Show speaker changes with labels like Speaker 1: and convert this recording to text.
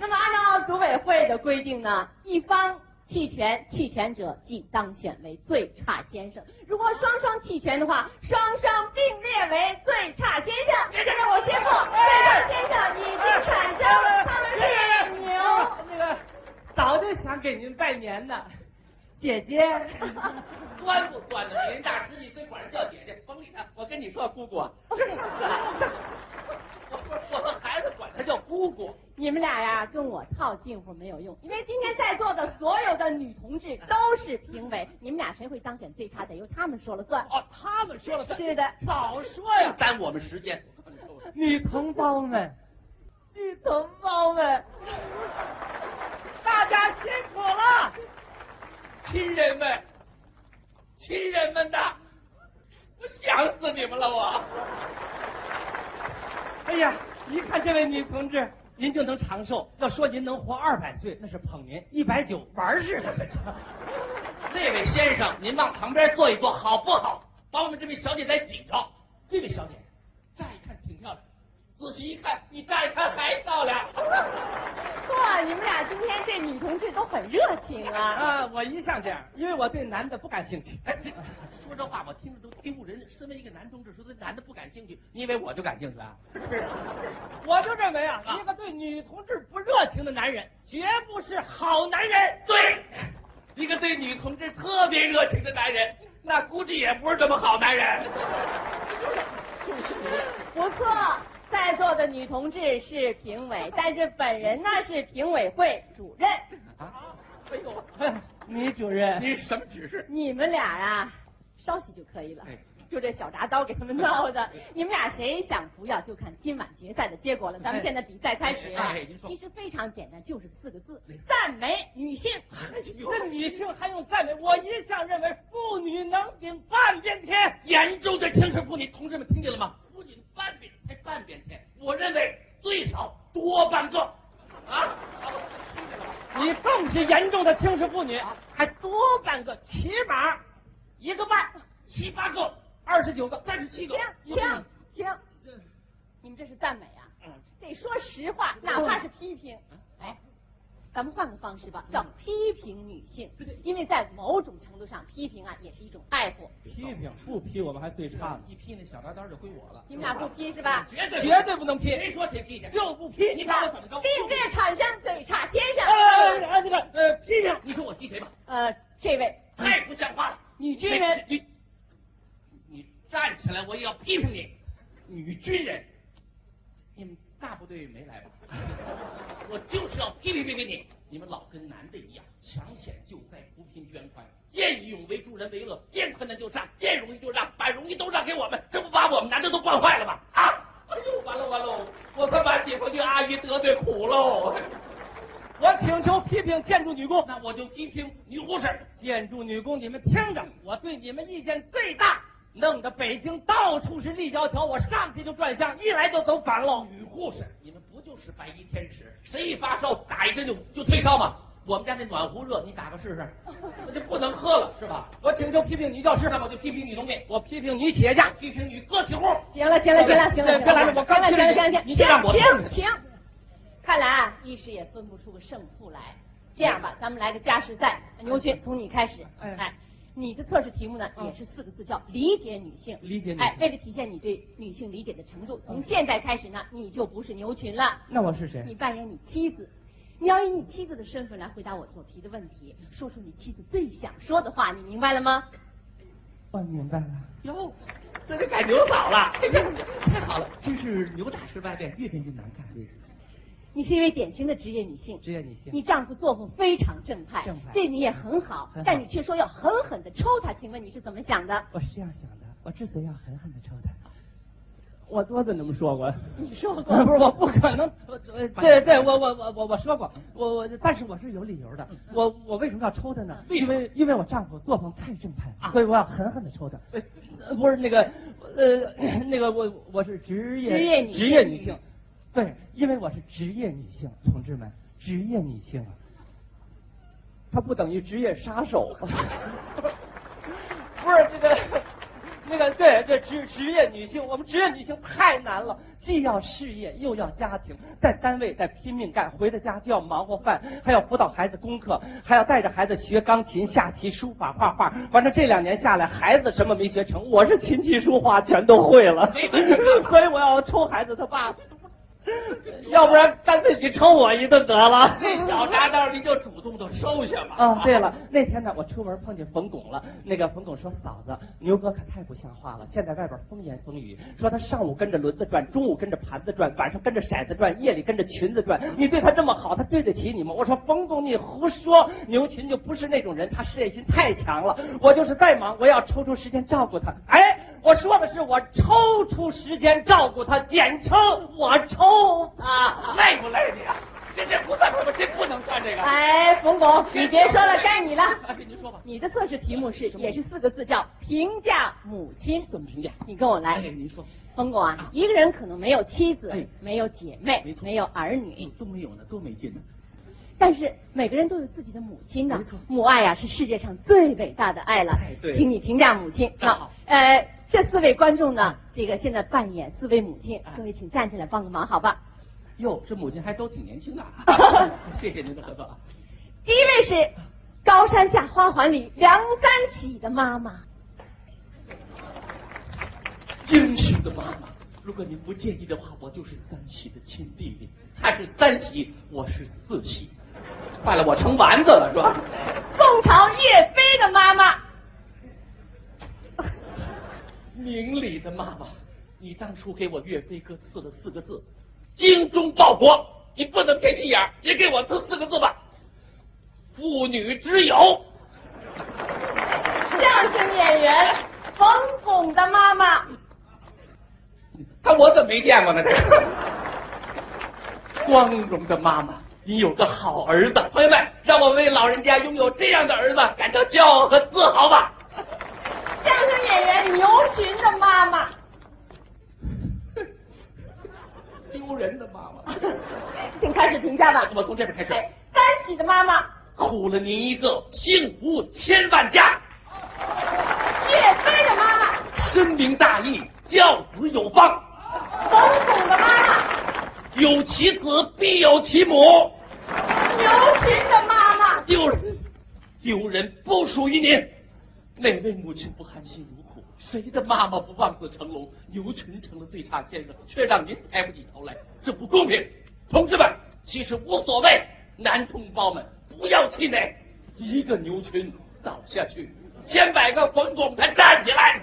Speaker 1: 照组委会的规定呢，一方弃权，弃权者即当选为最差先生；如果双双弃权的话，双双并列为最差先生。
Speaker 2: 别
Speaker 1: 那我宣布，最
Speaker 3: 哎
Speaker 1: 差先生已经产生，他们是牛。
Speaker 2: 那
Speaker 3: 哎
Speaker 2: 个早就想给您拜年呢，姐姐，
Speaker 3: 端不端的？您大师一堆管人叫姐姐，甭理他。我跟你说，姑姑，是你我我我孩子管他叫姑姑。
Speaker 1: 你们俩呀，跟我套近乎没有用，因为今天在座的所有的女同志都是评 委，你们俩谁会当选最差，得由他们说了算。
Speaker 3: 哦，他们说了算，
Speaker 1: 是的，嗯
Speaker 2: 早说
Speaker 3: 哎
Speaker 2: 呀，
Speaker 3: 耽误我们时间。
Speaker 2: 女同胞们，
Speaker 1: 女同胞们，
Speaker 2: 大家辛苦了。
Speaker 3: 亲人们，亲人们呐，我想死你们了！我
Speaker 2: 哎呀，一看这位女同志，您就能长寿。要说您能活二百岁，那是捧您；一百九玩儿似的。
Speaker 3: 那位先生，您往旁边坐一坐，好不好？把我们这位小姐再挤着。
Speaker 2: 这位小姐，
Speaker 3: 乍一看挺漂亮，仔细一看，比乍一看还漂亮。
Speaker 1: 哇，你们俩今天对女同志都很热情啊。
Speaker 2: 啊，我一向这样，因为我对男的不感兴趣。
Speaker 3: 哎，这说这话我听着都丢人。身为一个男同志，说对男的不感兴趣，你以为我就感兴趣啊？是，
Speaker 2: 我就认为啊
Speaker 3: 啊，
Speaker 2: 一个对女同志不热情的男人，绝不是好男人。
Speaker 3: 对，一个对女同志特别热情的男人，那估计也不是什么好男人。
Speaker 1: 不错，在座的女同志是评 委，但是本人呢是评委会主任。
Speaker 3: 啊，哎呦，
Speaker 2: 女主任，
Speaker 3: 你什么指示？
Speaker 1: 你们俩啊，稍息就可以了
Speaker 3: 哎。
Speaker 1: 就这小铡刀给 他们闹的，你们俩谁想不要，就看今晚决赛的结果了。咱们现在比赛开始啊
Speaker 3: 哎哎您，说
Speaker 1: 其实非常简单，就是四个字：赞美女性。
Speaker 3: 哎
Speaker 2: 那女性还用赞美？我一向认为妇女能顶半边天。
Speaker 3: 严重的轻视妇女，同志们听见了吗？不仅半边才半边天，我认为最少多半个。啊，听见了吗？
Speaker 2: 你更是严重的轻视妇女，还多半个，起码一个半，
Speaker 3: 七八个，
Speaker 2: 二十九个。
Speaker 3: 三十七个。
Speaker 1: 停停停！你们这是赞美啊，
Speaker 3: 嗯
Speaker 1: 得说实话，哪怕是批评。哎，咱们换个方式吧，
Speaker 3: 嗯
Speaker 1: 叫批评女性，因为在某种程度上，批评啊也是一种爱护。
Speaker 3: 嗯
Speaker 2: 批评不批我们还最差呢，
Speaker 3: 一批那小铡刀就归我了，
Speaker 1: 你们俩不批是吧？
Speaker 3: 绝对
Speaker 2: 绝对不能批，
Speaker 3: 谁说谁批去？
Speaker 2: 就不批。
Speaker 3: 嗯你把我怎么着？
Speaker 1: 并列产生最差先生。
Speaker 2: 哎哎哎，这个呃批评
Speaker 3: 你说我批谁吧？
Speaker 1: 呃，这位
Speaker 3: 太不像话了！
Speaker 1: 女军人，
Speaker 3: 你你站起来，我也要批评你，女军人，你们大部队没来 吧？我就是要批评批评你，你们老跟男的一样，抢险救灾，扶贫捐款，见义勇为，助人为乐，见困难就上，见容易就让，把容易都让给我们，这不把我们男的都惯坏了吗？啊！哎呦，完了完了，我快把解放军阿姨得罪苦喽！
Speaker 2: 我请求批评建筑女工。
Speaker 3: 那我就批评女护士。
Speaker 2: 建筑女工，你们听着，我对你们意见最大，弄得北京到处是立交桥，我上去就转向，一来就走反喽。
Speaker 3: 女护士，你们不就是白衣天使？谁一发烧打一针就就退烧吗？我们家那暖壶热，你打个试试，那就不能喝了，是吧？
Speaker 2: 我请求批评女教师，
Speaker 3: 那我就批评女农民，
Speaker 2: 我批评女企业家，
Speaker 3: 批评女个体户。
Speaker 1: 行了行了行了行了，
Speaker 2: 别来了我刚
Speaker 1: 行了行了行了，
Speaker 2: 你就让我
Speaker 1: 停停。看来啊，一时也分不出个胜负来。这样吧，咱们来个加时赛，牛群从你开始。
Speaker 2: 哎
Speaker 1: 哎，你的测试题目呢
Speaker 2: 嗯
Speaker 1: 也是四个字，叫理解女性。
Speaker 2: 理解女性
Speaker 1: 哎，为了体现你对女性理解的程度，从现在开始呢，你就不是牛群了。
Speaker 2: 那我是谁
Speaker 1: 你扮演你妻子，你要以你妻子的身份来回答我所提的问题，说出你妻子最想说的话，你明白了吗？
Speaker 2: 我明白了，
Speaker 3: 哟，这就改牛嫂了，太好了，真是牛大师外边越变越难看。
Speaker 1: 你是一位典型的职业女性，
Speaker 2: 职业女性
Speaker 1: 你丈夫作风非常正派，
Speaker 2: 正派
Speaker 1: 对你也很好，
Speaker 3: 嗯
Speaker 2: 很好
Speaker 1: 但你却说要狠狠的抽他，请问你是怎么想的？
Speaker 2: 我是这样想的，我之所以要狠狠的抽他，我多次那么说过。
Speaker 1: 你说过，
Speaker 2: 不是，我不可能。我我对对，我我我我我说过，我我，但是我是有理由的。我我为什么要抽他呢？
Speaker 3: 为
Speaker 2: 因
Speaker 3: 什么
Speaker 2: 为因为我丈夫作风太正派
Speaker 3: 啊
Speaker 2: 所以我要狠狠的抽他。呃不是那个，呃， 那个我我是职业
Speaker 1: 职业女性
Speaker 2: 职业女性，对，因为我是职业女性，同志们，职业女性啊， 她不等于职业杀手。不是这个，那个对对职职业女性，我们职业女性太难了，既要事业又要家庭，在单位在拼命干，回到家就要忙活饭，还要辅导孩子功课，还要带着孩子学钢琴、下棋、书法、画画。反正这两年下来，孩子什么没学成，我是琴棋书画全都会了， 所以我要抽孩子他爸。要不然干脆你抽我一顿得了。
Speaker 3: 这小铡刀你就主动的收下吧。
Speaker 2: 哦，对了，那天呢，我出门碰见冯巩了。那个冯巩说：“嫂子，牛哥可太不像话了，现在外边风言风语，说他上午跟着轮子转，中午跟着盘子转，晚上跟着骰子转，夜里跟着裙子转。你对他这么好，他对得起你吗？”我说：“冯巩，你胡说！牛群就不是那种人，他事业心太强了。我就是再忙，我也要抽出时间照顾他。”哎，我说的是我抽出时间照顾他，简称我抽
Speaker 3: 啊，累不累你啊？这这不算什么，这不能算这个。
Speaker 1: 哎，冯巩，你别说了，该你了。
Speaker 3: 哎您说吧
Speaker 1: 你的测试题目是，也是四个字，叫评价母亲。
Speaker 3: 怎么评价？
Speaker 1: 你跟我来
Speaker 3: 哎，，您说，
Speaker 1: 冯巩啊，一个人可能没有妻子
Speaker 3: 哎，
Speaker 1: 没有姐妹
Speaker 3: 没，错嗯
Speaker 1: 没有儿女，
Speaker 3: 哎都没有呢，多没劲呢。
Speaker 1: 但是每个人都有自己的母亲的
Speaker 3: 没错，
Speaker 1: 母爱呀、是世界上最伟大的爱了。
Speaker 3: 哎对
Speaker 1: 请你评价母亲。
Speaker 3: 那好
Speaker 1: 呃，这四位观众呢，这个现在扮演四位母亲
Speaker 3: 哎，
Speaker 1: 各位请站起来帮个忙，好吧？
Speaker 3: 哟，这母亲还都挺年轻的，啊 谢谢您的合作。啊。
Speaker 1: 第一位是高山下花环里梁三喜的妈妈，
Speaker 3: 英雄的妈妈，如果您不介意的话，我就是三喜的亲弟弟，他是三喜，我是四喜，坏了，我成丸子了是吧？
Speaker 1: 宋朝岳飞的妈妈，
Speaker 3: 明理的妈妈，你当初给我岳飞哥赐了四个字，精忠报国，你不能偏心眼儿，也给我赐四个字吧，妇女之友。
Speaker 1: 相声演员冯巩的妈妈，
Speaker 3: 看我怎么没见过呢？这个 光荣的妈妈，你有个好儿子，朋友们，让我为老人家拥有这样的儿子感到骄傲和自豪吧。
Speaker 1: 相声演员牛群的妈妈，
Speaker 3: 丢人的妈 妈，
Speaker 1: 请开始评价吧。
Speaker 3: 我从这边开始，
Speaker 1: 哎，三喜的妈妈。
Speaker 3: 苦了您一个，幸福千万家，
Speaker 1: 岳飞的妈妈，
Speaker 3: 深明大义，教子有 方，
Speaker 1: 冯巩的妈妈，
Speaker 3: 有其子必有其母，
Speaker 1: 牛群的妈妈，
Speaker 3: 丢人，丢人不属于您。哪位母亲不含辛茹苦？谁的妈妈不望子成龙？牛群成了最差先生，却让您抬不起头来，这不公平！同志们，其实无所谓，男同胞们不要气馁，一个牛群倒下去，千百个冯巩他站起来。